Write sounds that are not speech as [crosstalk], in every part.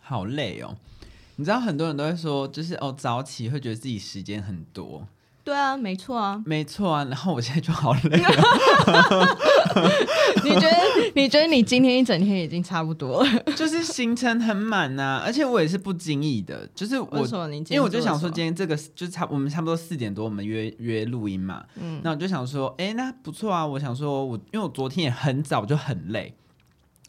好累哦。你知道很多人都会说，就是哦早起会觉得自己时间很多，。对啊，没错啊没错啊。然后我现在就好累 [laughs] 哦、 [laughs] 你觉得你觉得你今天一整天已经差不多了？就是行程很满呐、而且我也是不经意的，就是我为什么你今天因为我就想说，做了什么今天这个就是差，我们差不多四点多，我们约约录音嘛。嗯，那我就想说，哎、那不错啊。我想说我，因为我昨天也很早就很累，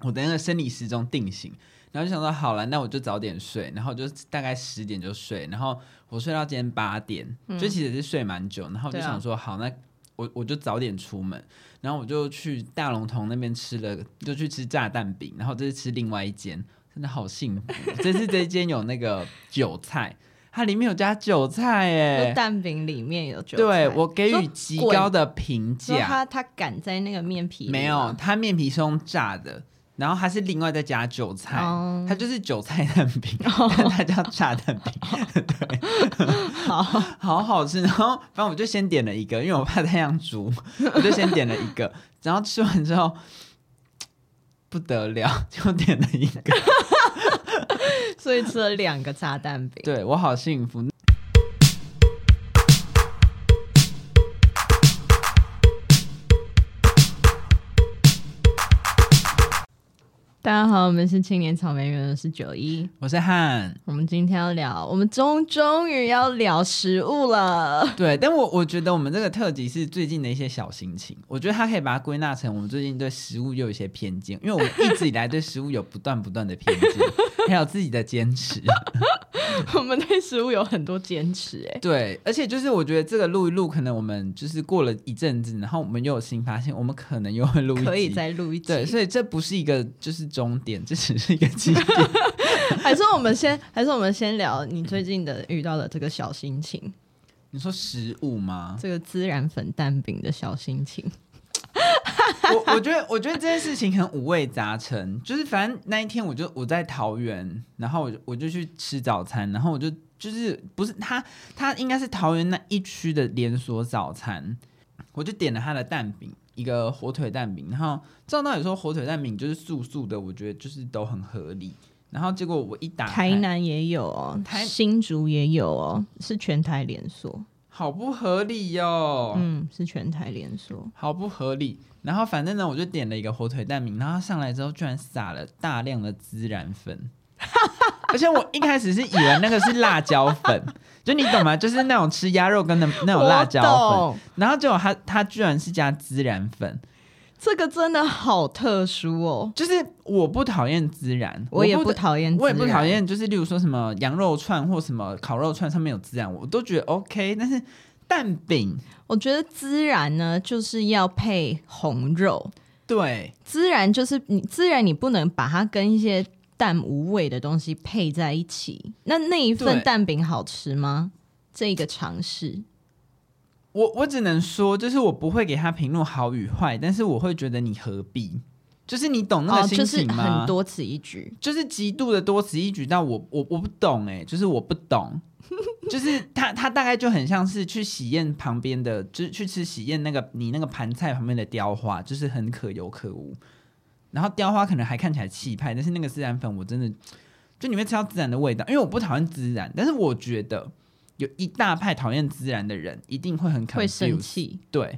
我的那个生理时钟定型，然后就想说，好了，那我就早点睡，然后就大概十点就睡，然后我睡到今天八点，就其实也是睡蛮久。然后我就嗯对啊想说，好，那我我就早点出门，然后我就去大龙峒那边吃了，就去吃炸蛋饼，然后这次吃另外一间，真的好幸福。哦这次这间有那个韭菜，它里面有加韭菜就耶，蛋饼里面有韭菜对我给予极高的评说价。他他擀在那个面皮里没有，吗，它面皮是用炸的，然后它是另外再加韭菜，哦 [laughs] 它就是韭菜蛋饼， [laughs] 但它叫炸蛋饼，[laughs] 哦 [laughs] 好，好好吃。然后反正我就先点了一个，因为我怕太阳煮，我就先点了一个，然后吃完之后。不得了，就点了一个， [laughs] 所以吃了两个炸蛋饼。对我好幸福。大家好，我们是青年草莓园，我是九一。我是汉，我们今天要聊，我们终终于要聊食物了。 [laughs] 对，但我我觉得我们这个特辑是最近的一些小心情，我觉得它可以把它归纳成我们最近对食物又有一些偏见，因为我们一直以来对食物有不断不断的偏见，还有自己的坚持。 [laughs] 我们对食物有很多坚持、哎，对，而且就是我觉得这个录一录，可能我们就是过了一阵子，然后我们又有新发现，我们可能又会录一集。可以再录一集。对，所以这不是一个就是终点，这只是一个起点。 [laughs] 还是我们先，还是我们先聊你最近的遇到的这个小心情，你说食物吗？这个孜然粉蛋饼的小心情。我我觉得，我觉得这件事情很五味杂陈。就是反正那一天，我就我在桃园，然后我就我就去吃早餐，然后我就就是不是他他应该是桃园那一区的连锁早餐，我就点了他的蛋饼，一个火腿蛋饼。然后照道理说，火腿蛋饼就是素素的，我觉得就是都很合理。然后结果我一打开，台南也有哦，台嗯新竹也有哦，是全台连锁。好不合理哦哟、嗯，是全台连锁。好不合理。然后反正呢，我就点了一个火腿蛋饼，然后它上来之后居然撒了大量的孜然粉， [laughs] 而且我一开始是以为那个是辣椒粉， [laughs] 就你懂吗？就是那种吃鸭肉跟的那种辣椒粉，粉，然后结果它它居然是加孜然粉，这个真的好特殊哦。就是我不讨厌孜然，我也不不讨厌孜然，我也不讨厌，就是例如说什么羊肉串或什么烤肉串上面有孜然，我都觉得 OK，但是蛋饼我觉得孜然呢，就是要配红肉。对。孜然就是你，孜然你不能把它跟一些淡无味的东西配在一起。那那一份对蛋饼好吃吗？这一个尝试，我我只能说，就是我不会给他评论好与坏，但是我会觉得你何必？就是你懂那哦，个心就是情吗？很多此一举。就是极度的多此一举到我我我不懂哎、就是我不懂， [laughs] 就是他他大概就很像是去喜宴旁边的，就是去吃喜宴那个你那个盘菜旁边的雕花，就是很可有可无。然后雕花可能还看起来气派，但是那个孜然粉我真的就你会吃到孜然的味道，因为我不讨厌孜然，但是我觉得有一大派讨厌孜然的人一定会很 c o n 会 f 生气。对，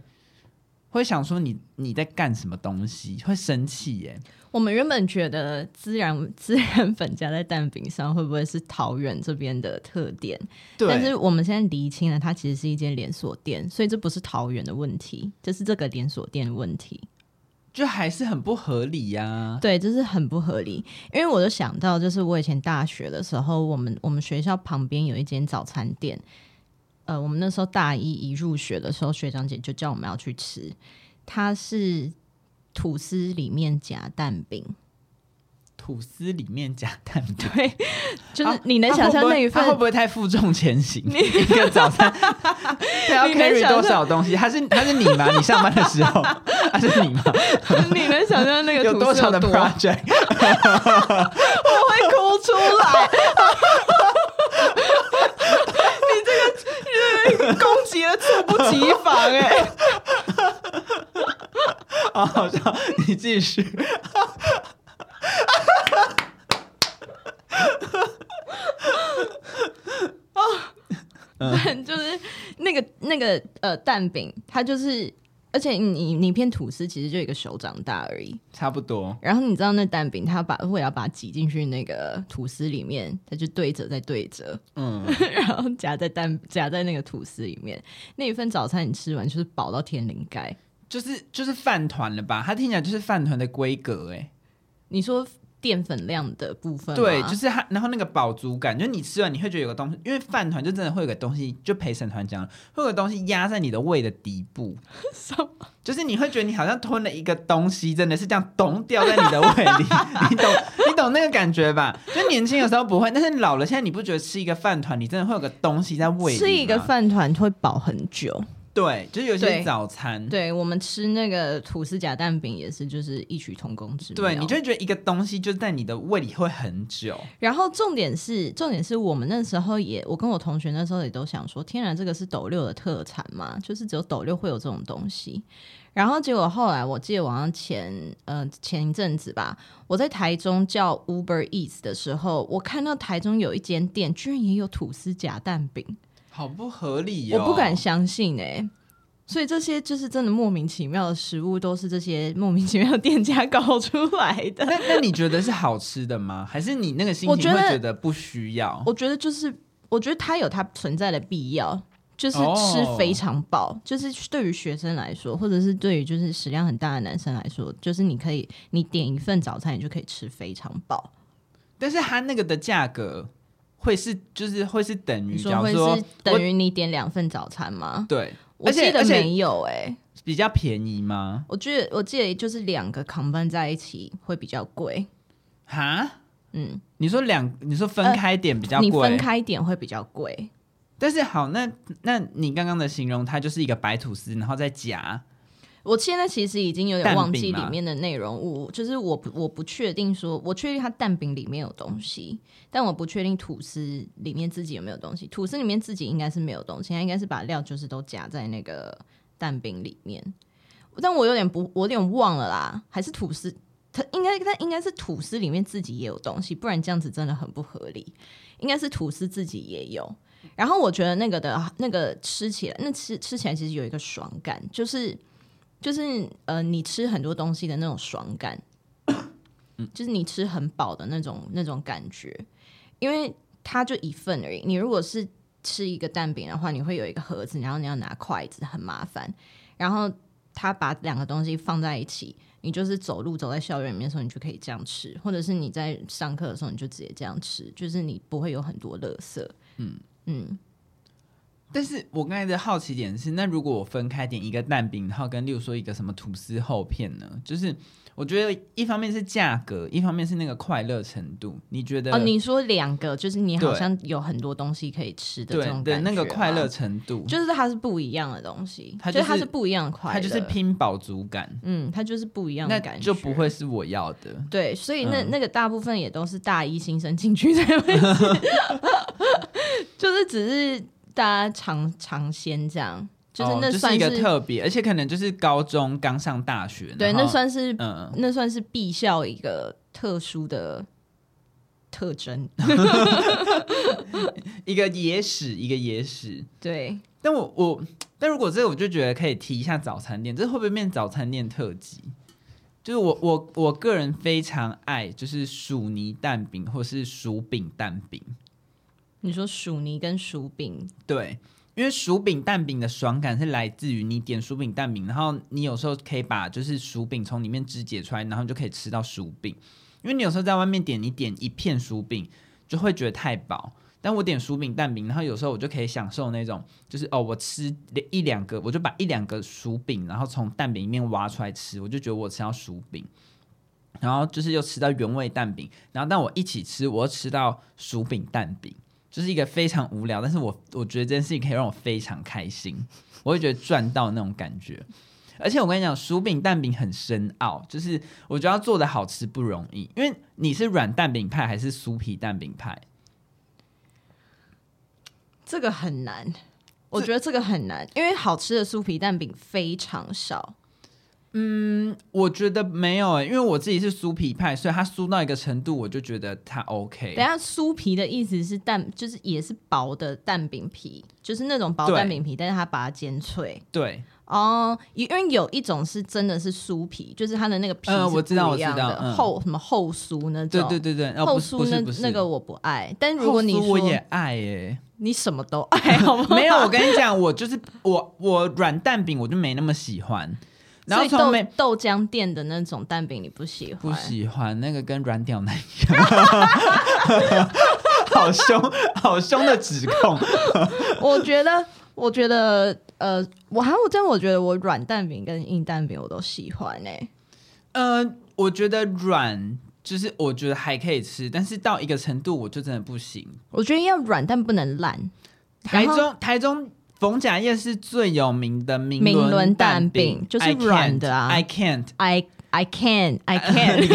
会想说你你在干什么东西，会生气耶、我们原本觉得孜然 [laughs] 孜然粉加在蛋饼上会不会是桃园这边的特点？对，但是我们现在厘清了，它其实是一间连锁店，所以这不是桃园的问题，这是这个连锁店的问题。就还是很不合理呀、对，这是很不合理。因为我就想到，就是我以前大学的时候，我们我们学校旁边有一间早餐店，呃，我们那时候大一一入学的时候，学长姐就叫我们要去吃，它是吐司里面夹蛋饼，吐司里面夹蛋饼，对，就是啊你能想象那一份它会不会它会不会太负重前行？一个早餐，他要你能 carry 想多少东西？他是他是你吗？你上班的时 [laughs] 候，他是你吗？你能想象那个有吐司少的多我 project？会哭出来。你这个，你这个攻击的猝不及防哎、哦好好笑，你继续。嗯反正就是那个那个呃蛋饼，它就是，而且你你一片吐司其实就一个手掌大而已。差不多。然后你知道那蛋饼，它把为了要把它挤进去那个吐司里面，它就对折再对折，嗯， [laughs] 然后夹在蛋夹在那个吐司里面。那一份早餐你吃完就是饱到天灵盖。就是就是饭团了吧？它听起来就是饭团的规格哎、你说淀粉量的部分吗，对，就是它，然后那个饱足感，就是你吃完你会觉得有个东西，因为饭团就真的会有个东西，就陪审团讲，会有个东西压在你的胃的底部，什么就是你会觉得你好像吞了一个东西，真的是这样咚掉在你的胃 [laughs] 里，你懂你懂那个感觉吧？就年轻的时候不会，但是老了现在你不觉得吃一个饭团，你真的会有个东西在胃里吗？嗯吃一个饭团会饱很久。对，就是有些对早餐，对我们吃那个吐司夹蛋饼也是，就是异曲同工之妙。对，你就会觉得一个东西就在你的胃里会很久，然后重点是，重点是我们那时候也，我跟我同学那时候也都想说，天然这个是斗六的特产嘛，就是只有斗六会有这种东西。然后结果后来，我记得晚上前呃前一阵子吧，我在台中叫 Uber Eats 的时候，我看到台中有一间店居然也有吐司夹蛋饼，好不合理哦，我不敢相信哎、所以这些就是真的莫名其妙的食物，都是这些莫名其妙的店家 [laughs] 搞出来的。那那你觉得是好吃的吗？还是你那个心我情觉会得觉得不需要？我觉得就是，我觉得它有它存在的必要，就是哦吃非常饱，就是对于学生来说，或者是对于就是食量很大的男生来说，就是你可以你点一份早餐，你就可以吃非常饱。嗯但是它那个的价格会是就是会是等于，你假说如会说是等于你点两份早餐吗？对我而且记得而且没有哎、比较便宜吗？我记得我记得就是两个 combine 在一起会比较贵，哈，嗯，你说两你说分呃开点比较你贵，分开点会比较贵。但是好，那那你刚刚的形容，它就是一个白吐司，然后再夹，我现在其实已经有蛋饼点忘记吗里面的内容物，就是我不我不确定说，我确定它蛋饼里面有东西，但我不确定吐司里面自己有没有东西。吐司里面自己应该是没有东西，它应该是把料就是都夹在那个蛋饼里面。但我有点不，我有点忘了啦，还是吐司，它应该它应该是吐司里面自己也有东西，不然这样子真的很不合理。应该是吐司自己也有。然后我觉得那个的那个吃起来，那吃吃起来其实有一个爽感，就是就是呃，你吃很多东西的那种爽感，嗯就是你吃很饱的那种那种感觉，因为它就一份而已。你如果是吃一个蛋饼的话，你会有一个盒子，然后你要拿筷子，很麻烦。然后他把两个东西放在一起，你就是走路走在校园里面的时候，你就可以这样吃，或者是你在上课的时候，你就直接这样吃，就是你不会有很多垃圾。嗯嗯，但是我刚才的好奇点是，那如果我分开点一个蛋饼，然后跟例如说一个什么吐司厚片呢？就是我觉得一方面是价格，一方面是那个快乐程度。你觉得哦，你说两个，就是你好对像有很多东西可以吃的这对种的感觉那个快乐吗程度，就是它是不一样的东西，它就就是它是不一样的快乐，它就是拼饱足感，嗯，它就是不一样那的感觉，就不会是我要的。对，所以那、嗯那个大部分也都是大一新生进去才会 [laughs] 吃，就是只是大家尝尝鲜这样，就是哦那就是算一个特别，而且可能就是高中刚上大学，对，然那后算是、嗯，那算是必校一个特殊的特征，一个野史，一个野史。对，但我我，但如果这个我就觉得可以提一下早餐店，这会不会变早餐店特辑？就是我我我个人非常爱，就是薯泥蛋饼或是薯饼蛋饼，你说薯泥跟薯饼，对。因为薯饼蛋饼的爽感是来自于你点薯饼蛋饼，然后你有时候可以把就是薯饼从里面肢解出来，然后你就可以吃到薯饼。因为你有时候在外面点，你点一片薯饼就会觉得太饱，但我点薯饼蛋饼，然后有时候我就可以享受那种，就是哦，我吃一两个，我就把一两个薯饼，然后从蛋饼里面挖出来吃，我就觉得我吃到薯饼，然后就是又吃到原味蛋饼，然后但我一起吃，我又吃到薯饼蛋饼，就是一个非常无聊，但是我我觉得这件事情可以让我非常开心，我会觉得赚到那种感觉。而且我跟你讲，薯饼蛋饼很深奥，就是我觉得要做的好吃不容易，因为你是软蛋饼派还是酥皮蛋饼派？这个很难，我觉得这个很难，因为好吃的酥皮蛋饼非常少。我觉得没有哎、因为我自己是酥皮派，所以它酥到一个程度，我就觉得它 OK。等一下酥皮的意思是蛋，就是也是薄的蛋饼皮，就是那种薄对蛋饼皮，但是它把它煎脆。对，哦，因为有一种是真的是酥皮，就是它的那个皮嗯是我知道不一样的我知道嗯厚什么厚酥那对种，对对对，哦，厚不是不酥是不那是那个我不爱。但如果你厚酥说我也爱哎、你什么都 [laughs] 爱，好不好？没有，我跟你讲，我就是我我软蛋饼我就没那么喜欢，然后所从以没豆豆浆店的那种蛋饼你不喜欢，不喜欢那个跟软屌男一样， [laughs] 好凶好凶的指控，我觉得，我觉得，呃，我还有真，我觉得我软蛋饼跟硬蛋饼我都喜欢欸诶、呃，我觉得软就是我觉得还可以吃，但是到一个程度我就真的不行。我觉得要软但不能烂。台然后中台中逢甲夜市最有名的明明伦蛋蛋饼就是 I can't，软的啊，I can't。 I I can I [laughs] 你可 can，以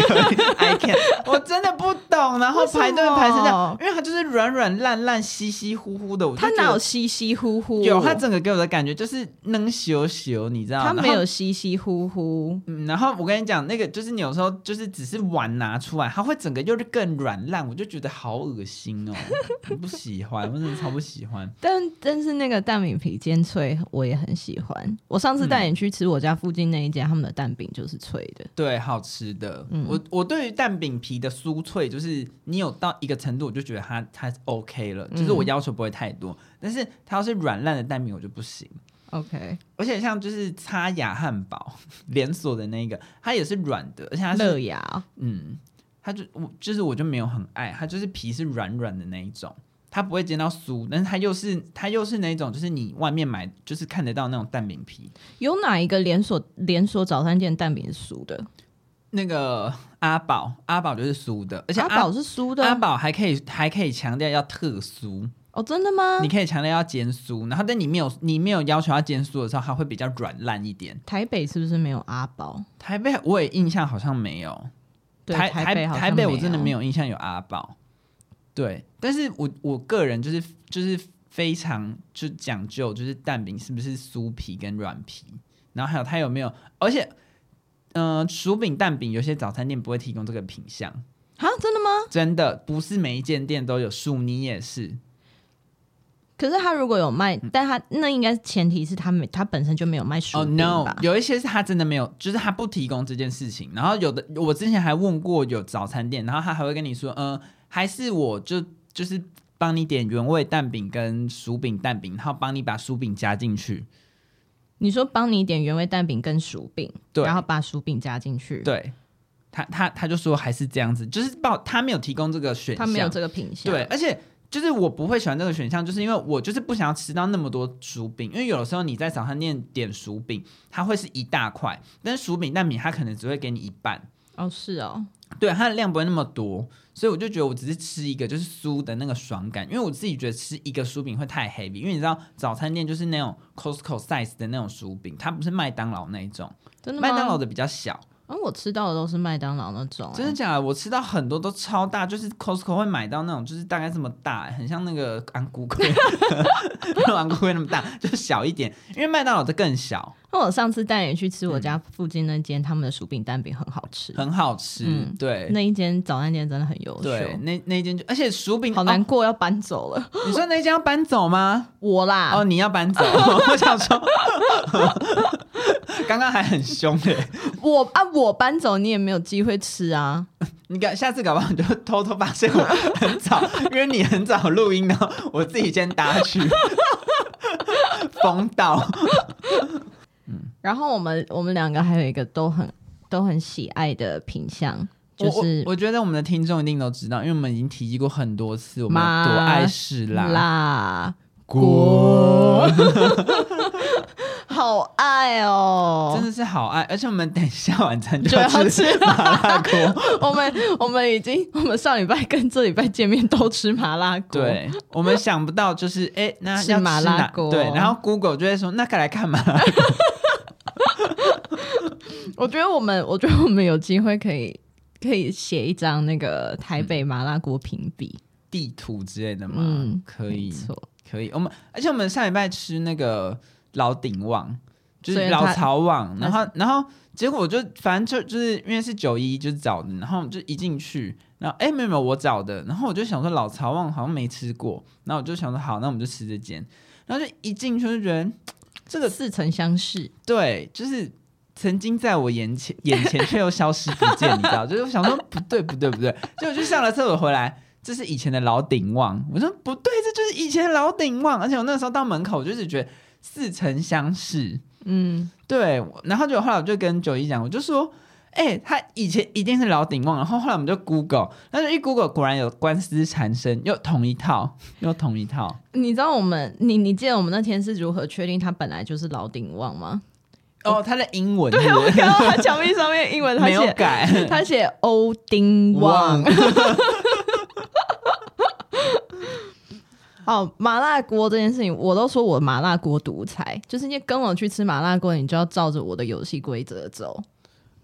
I can，我真的不懂。然后为什么排队排成这样，因为它就是软软烂烂、稀稀糊糊的。我就它觉得哪有稀稀乎乎？有？它整个给我的啊感觉就是能修修，你知道吗？它没然后有稀稀乎乎。嗯，然后我跟你讲，那个就是你有时候就是只是碗拿出来，它会整个又是更软烂，我就觉得好恶心哦，我不喜欢，我真的超不喜欢。但但是那个蛋饼皮煎脆我也很喜欢。我上嗯次带你去吃我家附近那一家，他们的蛋饼就是脆的。对，好吃的。嗯我我对于蛋饼皮的酥脆，就是你有到一个程度，我就觉得它它 OK 了，就是嗯我要求不会太多。但是它要是软烂的蛋饼，我就不行。 OK，而且像就是擦雅汉堡 [laughs] 连锁的那个，它也是软的，而且它乐是牙哦嗯，它就我就是我就没有很爱，它就是皮是软软的那一种，它不会煎到酥，但是它又是它又是那一种，就是你外面买就是看得到那种蛋饼皮，有哪一个连锁连锁早餐店蛋饼是酥的？那个阿宝阿宝就是酥的，而且阿宝是酥的阿宝还可以还可以强调要特酥，哦，真的吗？你可以强调要煎酥，然后但你没有你没有要求要煎酥的时候，它会比较软烂一点。台北是不是没有阿宝？台北我也印象好像没有，对，台台台好像台北我真的没有。有印象有阿宝，对，但是我我个人就是就是非常就讲究就是蛋饼是不是酥皮跟软皮，然后还有它有没有，而且嗯、呃薯饼蛋饼有些早餐店不会提供这个品相，啊，真的吗？真的不是每一间店都有，薯泥也是，可是他如果有卖，但他那应该前提是他没他本身就没有卖薯嗯哦、饼 no，吧？有一些是他真的没有，就是他不提供这件事情。然后有的我之前还问过有早餐店，然后他还会跟你说，嗯、还是我就就是帮你点原味蛋饼跟薯饼蛋饼，然后帮你把薯饼加进去。你说帮你点原味蛋饼跟薯饼，对然后把薯饼加进去，，对，他他他就说还是这样子，就是报他没有提供这个选项，他没有这个品相。对，，而且就是我不会喜欢这个选项，就是因为我就是不想要吃到那么多薯饼，因为有的时候你在早餐店点薯饼，它会是一大块，但是薯饼蛋饼它可能只会给你一半，哦是哦，对，它的量不会那么多，所以我就觉得我只是吃一个就是酥的那个爽感，因为我自己觉得吃一个薯饼会太 heavy，因为你知道早餐店就是那种 Costco size 的那种薯饼，它不是麦当劳那一种，真的吗？麦当劳的比较小。嗯，我吃到的都是麦当劳那种、真的欸假的？我吃到很多都超大，就是 Costco 会买到那种，就是大概这么大、很像那个安菇龟， [laughs] 没有安菇龟那么大，就是小一点。因为麦当劳的更小，那我上次带你去吃我嗯家附近那间，他们的薯饼蛋饼很好吃，很好吃。嗯对那一间早餐店真的很优对，秀，那那一间就，而且薯饼好难哦过要搬走了。你说那一间要搬走吗？我啦，哦，你要搬走？ [laughs] 我想说，刚刚还很凶哎、我啊，我搬走你也没有机会吃啊。你搞下次搞不好你就偷偷发现我很早，因为你很早录音，然后我自己先搭去， [laughs] 疯到。然后我们我们两个还有一个都很都很喜爱的品相，就我是我我觉得我们的听众一定都知道，因为我们已经提及过很多次，我们有多爱是辣辣锅， [laughs] 好爱 [laughs] 真哦。的是好爱。而且我们等一下晚餐就就要要吃吃麻辣锅。我们我们已经我们上礼拜跟这礼拜见面都吃麻辣锅，，对我们想不到，就是 [laughs] 哎、那要吃哪麻辣锅对，然后 Google 就会说，那该来看麻辣锅。我觉得我们我觉得我们有机会可以可以写一张那个台北麻辣锅评比， [laughs] 地图之类的嘛，嗯可以没，错，可以。我们而且我们上礼拜吃那个老鼎旺，就所是以老他草网，然后然后结果我就反正就就是因为是九一就是找的，然后就一进去，然后哎、没有没有我找的，然后我就想说老草网好像没吃过，然后我就想说好，那我们就吃这间，然后就一进去就觉得嗯这个似曾相识，对，就是曾经在我眼前眼前却又消失不见，你知道？就是我想说不对不对不对，就我就上了厕所回来，这是以前的老鼎旺。我说不对，这就是以前的老鼎旺，而且我那时候到门口我就是觉得似曾相识。嗯，对，我然后就后来我就跟九一讲，我就说。哎、他以前一定是老鼎旺，然后后来我们就 Google，那就一 Google 果然有官司缠身，又同一套，又同一套。你知道我们你你记得我们那天是如何确定他本来就是老鼎旺吗？哦，他的英文 [laughs] 是不是然后他墙壁上面英文他没有写改， [laughs] 他写欧丁旺。哦，麻辣锅这件事情，我都说我麻辣锅独裁，就是你跟我去吃麻辣锅，你就要照着我的游戏规则走。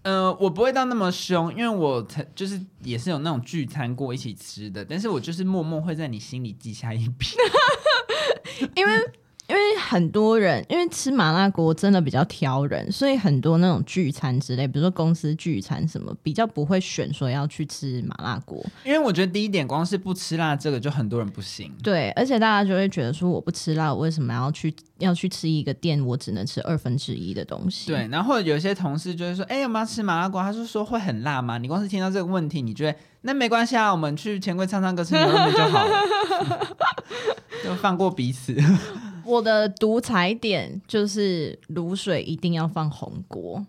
呃，我不会到那么凶，因为我才就是也是有那种聚餐过一起吃的，但是我就是默默会在你心里记下一笔。 [laughs] 因为很多人，因为吃麻辣锅真的比较挑人，所以很多那种聚餐之类，比如说公司聚餐什么，比较不会选说要去吃麻辣锅。因为我觉得第一点，光是不吃辣这个就很多人不行。对，而且大家就会觉得说，我不吃辣，我为什么要去要去吃一个店，我只能吃二分之一的东西？对，然后有些同事就会说：“哎、我们要吃麻辣锅。”他就说会很辣吗？你光是听到这个问题，你就会那没关系啊，我们去钱柜唱唱歌、吃牛肉面就好了， [laughs] 就放过彼此。 [laughs] 我的独裁点就是卤水一定要放红锅，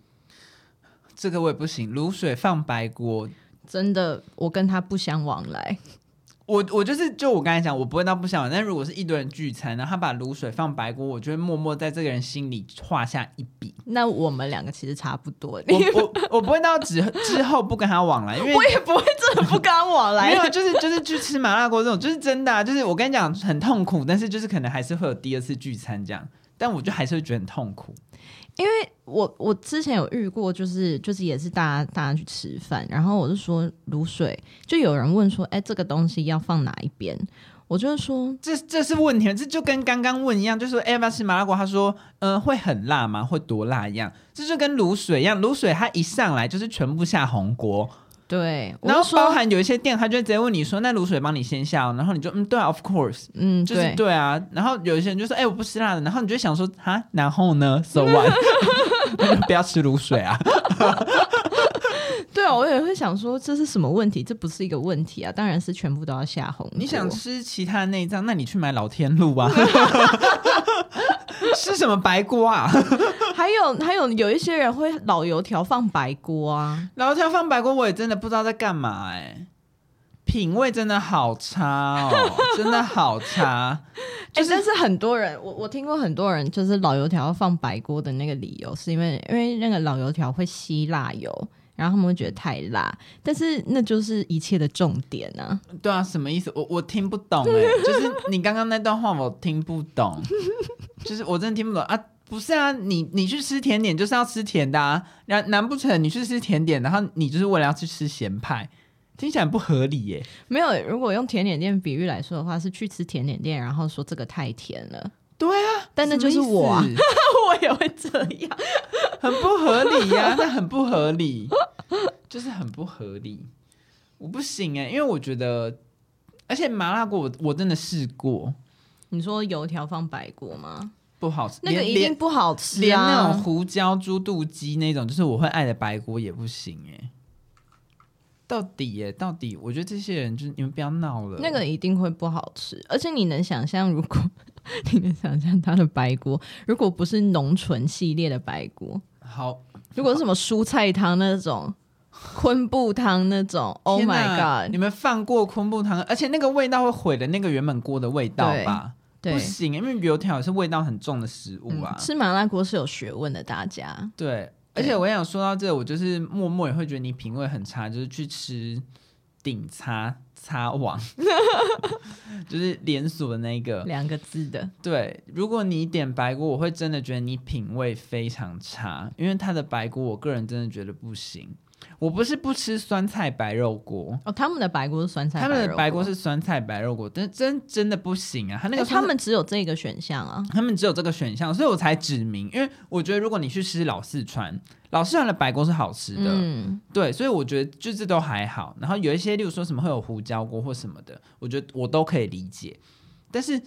这个我也不行，卤水放白锅，真的，我跟他不相往来。我我就是就我刚才讲，我不会到不想，但如果是一堆人聚餐，然后他把卤水放白锅，我就会默默在这个人心里画下一笔。那我们两个其实差不多， [laughs] 我你我我不会到之之后不跟他往来，因为我也不会真的不跟他往没来。有就是就是去吃麻辣锅这种，就是真的、啊，就是我跟你讲很痛苦，但是就是可能还是会有第二次聚餐这样，但我就还是会觉得很痛苦。我我之前有遇过，就是就是也是大家大家去吃饭，然后我就说卤水，就有人问说，哎、这个东西要放哪一边？我就是说，这这是问题，这就跟刚刚问一样，就说哎要不要吃麻辣锅？他说嗯、呃会很辣吗？会多辣一样，这就跟卤水一样，卤水它一上来就是全部下红锅。对，我然就后包说，含有一些店，他就会直接问你说：“那卤水帮你先下哦、然后你就嗯，对啊，of course，嗯，就是对对，啊。然后有一些人就说：“哎、我不吃辣的。”然后你就想说：“啊，然后呢？So [laughs] what？那就不要吃卤水啊。哦对啊，我也会想说这是什么问题？这不是一个问题啊，当然是全部都要下红锅。你想吃其他的内脏，那你去买老天禄 [laughs] 啊。吃什么白锅啊？还有还有有一些人会老油条放白锅啊，老天放白锅，我也真的不知道在干嘛哎、品味真的好差哦，真的好差。就是、哎但是很多人，我我听过很多人就是老油条要放白锅的那个理由，是因为因为那个老油条会吸辣油。然后他们会觉得太辣，但是那就是一切的重点啊！对啊，什么意思？我我听不懂哎、 [laughs] 就是你刚刚那段话我听不懂， [laughs] 就是我真的听不懂啊！不是啊，你你去吃甜点就是要吃甜的啊，难难不成你去吃甜点，然后你就是为了要去吃咸派？听起来很不合理耶、没有，如果用甜点店比喻来说的话，是去吃甜点店，然后说这个太甜了，对啊，但那就是什么意思我啊 [laughs] 我也会这样。 [laughs] 很不合理呀、 [laughs] 那很不合理，就是很不合理。我不行哎、因为我觉得，而且麻辣锅我我真的试过你说油条放白锅吗？不好吃，那个连一连定不好吃啊！连那种胡椒猪肚鸡那种，就是我会爱的白锅也不行哎、到底耶、到底，我觉得这些人就是你们不要闹了。那个一定会不好吃，而且你能想象，如果 [laughs] 你能想象它的白锅，如果不是浓醇系列的白锅，好，如果是什么蔬菜汤那种、昆布汤那 [laughs] 种，Oh 天哪 my 你 god！们放过昆布汤，而且那个味道会毁了那个原本锅的味道吧？对嗯不，行，欸因为油条也是味道很重的食物啊。吃麻辣锅是有学问的，大家。对，而且我想说到这，我就是默默也会觉得你品味很差，就是去吃顶叉叉 [laughs] 王，就是连锁的那个，两个字的，对，如果你点白锅，我会真的觉得你品味非常差，因为它的白锅，我个人真的觉得不行。我不是不吃酸菜白肉锅，哦，他们的白锅是酸菜，他们的白锅肉是酸菜白肉锅，但真真的不行啊！他那个哎酸他菜们只有这个选项啊。他们只有这个选项，所以我才指明，因为我觉得如果你去吃老四川，老四川的白锅是好吃的，嗯，对，所以我觉得就这都还好。然后有一些，例如说什么会有胡椒锅或什么的，我觉得我都可以理解。但是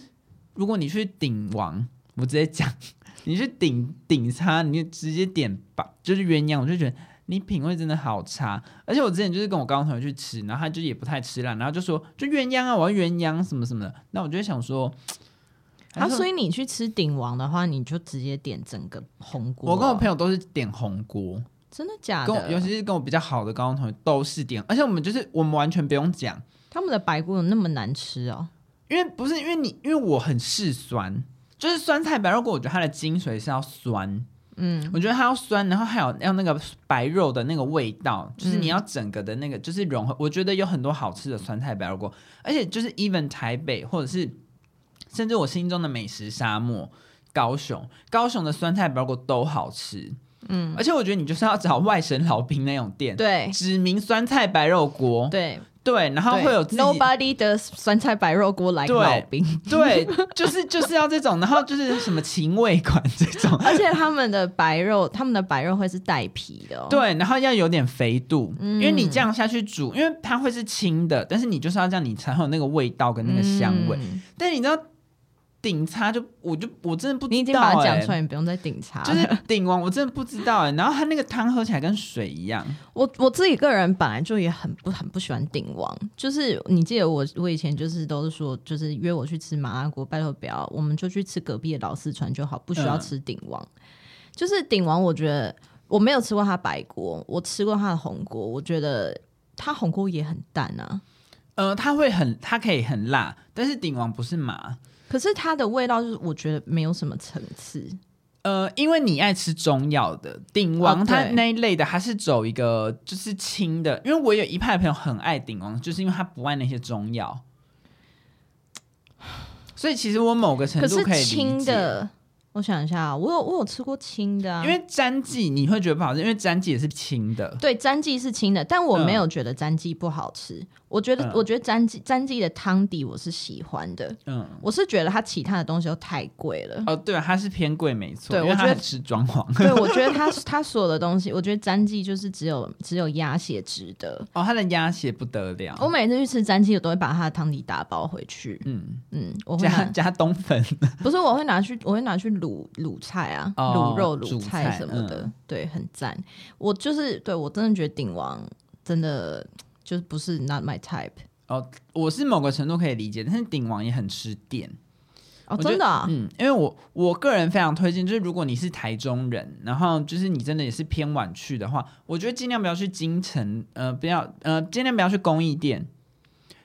如果你去鼎王，我直接讲，你去鼎鼎叉，你就直接点吧，就是鸳鸯，我就觉得你品味真的好差。而且我之前就是跟我高中同学去吃，然后他就也不太吃辣，然后就说就鸳鸯啊，我要鸳鸯什么什么的。那我就会想说，啊，所以以你去吃鼎王的话，你就直接点整个红锅。啊我跟我朋友都是点红锅。真的假跟我，尤的？其是跟我比较好的高中同学都是点，而且我们就是我们完全不用讲，他们的白锅有那么难吃哦？因为不是因为你，因为我很嗜酸，就是酸菜白肉锅，我觉得它的精髓是要酸，嗯，我觉得它要酸，然后还有要那个白肉的那个味道，就是你要整个的那个就是融合。我觉得有很多好吃的酸菜白肉锅，而且就是 even 台北或者是甚至我心中的美食沙漠。高雄，高雄的酸菜白肉锅都好吃，嗯，而且我觉得你就是要找外省老兵那种店，对指明酸菜白肉锅，对，对，然后对会有自己 Nobody 的酸菜白肉锅来对老兵，对，就是就是要这种，然后就是什么情味馆这 [laughs] 种，而且他们的白肉，他们的白肉会是带皮的哦。，对，然后要有点肥度，嗯因为你这样下去煮，因为它会是清的，但是你就是要这样，你才会有那个味道跟那个香味。嗯但你知道顶叉就我就我真的不知道、欸，欸你已经把它讲出来，你不用再顶茶了。就是顶完我真的不知道哎、然后它那个汤喝起来跟水一样，我 [laughs] 我自己个人本来就也很不很不喜欢鼎王，就是你记得我我以前就是都是说，就是约我去吃麻辣锅，拜托不要，我们就去吃隔壁的老四川就好，不需要嗯吃鼎王。就是鼎王，我觉得我没有吃过它白锅，我吃过它的红锅，我觉得它红锅也很淡啊，呃，它会很它可以很辣，但是顶王不是麻，可是它的味道就是我觉得没有什么层次。呃，因为你爱吃中药的鼎王，哦它对那一类的，它是走一个就是清的。因为我有一派的朋友很爱鼎王，就是因为他不爱那些中药， [sighs] 所以其实我某个程可度是以理清解。的，我想一下啊，我有我有吃过清的啊，因为詹记你会觉得不好吃，因为詹记也是清的，对，詹记是清的，但我嗯没有觉得詹记不好吃。我觉得，嗯我觉得詹记詹记的汤底我是喜欢的，嗯，我是觉得它其他的东西都太贵了。哦，对，它是偏贵没错，对因为我觉它得很吃装潢，对，我觉得它它所有的东西，我觉得詹记就是只有只有鸭血值得。哦，它的鸭血不得了，我每次去吃詹记，我都会把它的汤底打包回去。嗯，嗯，我会加拿加冬粉， [laughs] 不是我会拿去我会拿去卤卤菜啊，哦卤肉煮卤菜菜什么的，嗯对，很赞。我就是对我真的觉得鼎王真的就是不是 not my type 我是某个程度可以理解，但是鼎王也很吃电。哦，我觉得真的啊、嗯，因为我我个人非常推荐，就是如果你是台中人，然后就是你真的也是偏晚去的话，我觉得尽量不要去京城，呃，不要呃，尽量不要去公益店，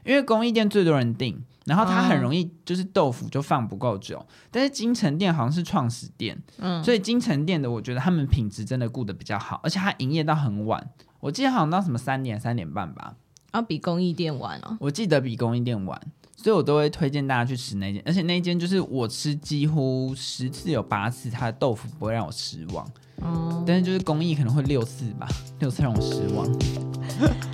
因为公益店最多人订，然后它很哦容易就是豆腐就放不够久，但是京城店好像是创始店，嗯所以京城店的我觉得他们品质真的顾得比较好，而且它营业到很晚，我记得好像到什么三点三点半吧，啊，比公益店晚哦。我记得比供应店晚，所以我都会推荐大家去吃那间，而且那间就是我吃几乎十次有八次，它的豆腐不会让我失望，哦，但是就是工艺可能会六次吧，六次让我失望。